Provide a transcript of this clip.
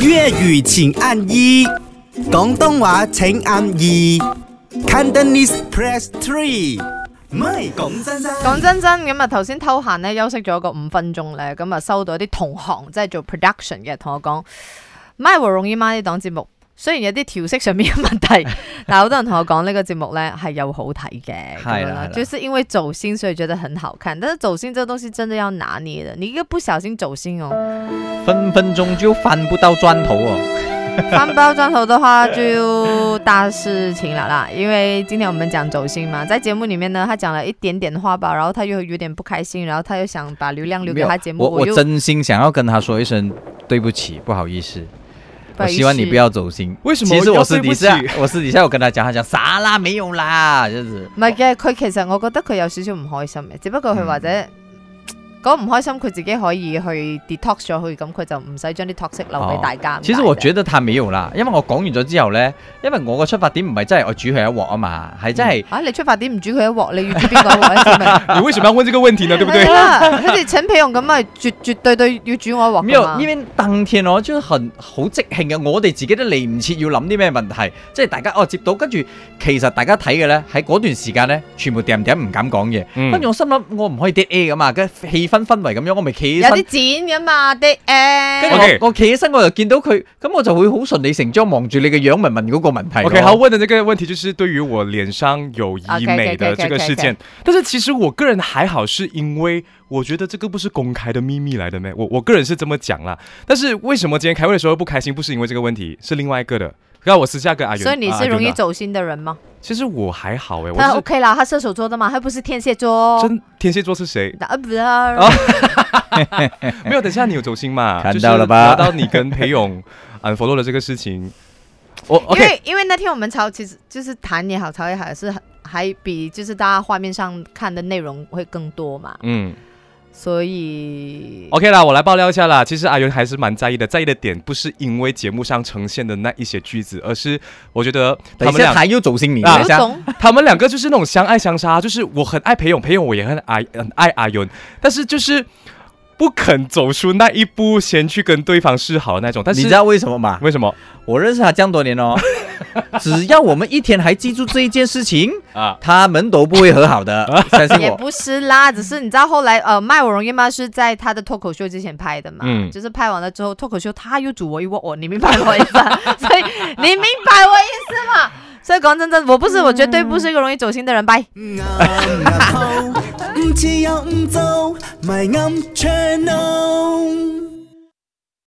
粤语请按一，广东话请按二，Cantonese press three。唔係講真 真，講真真咁啊，頭先偷閒咧休息咗個五分鐘咧，咁啊收到一啲同行即係做 production 嘅同我講，My 和容易媽呢檔節目。雖然有啲調色上面嘅問 題，但係好多人同我講呢個節目咧係有好睇嘅，咁樣係啦啦係啦就是因為走心所以覺得很好看。但是走心這個東西真的要拿捏的，你一個不小心走心哦，分分钟就翻不到砖头哦。翻包砖头的話就大事情了啦。因為今天我們講走心嘛，在節目裡面呢，他講了一點點話吧，然後他又有點不開心，然後他又想把流量留給他節目，我我又真心想要跟他说一声对不起，不好意思。不我好意希望你思不要走心。为什么其实要我对私不底下起，我私底下我跟他讲，他讲啥啦，没有啦，就是唔係嘅，佢其實我覺得佢有少少唔開心嘅，只不過佢嗯或者嗰唔開心，佢自己可以去 detox 咗佢，咁佢就唔使將啲 toxic 留俾哦大家。其實我覺覺得他沒有啦，因為我講完咗之後呢，因為我個出發點唔係真係我煮佢一鑊啊嘛，係真係啊，你出發點唔煮佢一鑊，你要煮邊個鑊咧？小 明嗯你为什么要问这个问题呢？对不对係？啦，好似陳皮勇咁啊，絕絕對對要煮我一沒鑊㗎有，嘛因。為當天我真係很好即興嘅，我哋自己都嚟唔切要諗啲咩問題，即係大家哦接到，跟住其實大家睇嘅呢，喺嗰段時間呢，全部掂掂唔敢講嘢，跟住我心諗我唔可以 dead air 噶嘛，跟住氣氛氛圍咁樣，我咪企起嗯有身啲。剪噶嘛啲跟誒，住我 OK 我企起身，我就見到佢，咁我就會好順理成章望住你嘅樣，咪問嗰個問題咯。 OK，他问的那个问题就是对于我脸上有啊医美的这个事件 OK，OK，OK，OK，OK，但是其实我个人还好，是因为我觉得这个不是公开的秘密来的咩？我我个人是这么讲啦。但是为什么今天开会的时候不开心？不是因为这个问题，是另外一个的。刚刚我私下跟阿元，所以你啊是容易。阿元啊走啊心的人嗎？其实我还好哎、他我 OK 啦，他射手座的嘛，他不是天蝎座。是真天蝎座是谁？啊不啊没有，等一下你有走心嘛？看到了吧就是聊到你跟裴勇 unfollow 的这个事情，我因 OK，为因为那天我们吵，其实就是谈也好，吵也好，是很还比就是大家画面上看的内容会更多嘛，嗯。所以 OK 啦，我来爆料一下啦。其实阿元还是蛮在意的，在意的点不是因为节目上呈现的那一些句子，而是我觉得等他一们下两他又走心你，啊有等一一下种他们两个就是那种相爱相杀，啊就是我很爱裴勇，裴勇我也很爱呃很爱阿元，但是就是不肯走出那一步，先去跟对方示好的那种。但你是知道为什么吗？为什么我认识他这样多年 哦，只要我们一天还记住这一件事情，啊？他们都不会和好 的，相信也我。不是啦，只是你知道后来呃卖我容易吗？是在他的脱口秀之前拍的嘛，嗯就是拍完了之后脱口秀他又煮我一窝我，你明白我意思啊？所以你明白我意思吗？所以讲真真，我不是，我绝对不是一个容易走心的人，拜。啱啱好，唔似又唔做，咪啱 channel。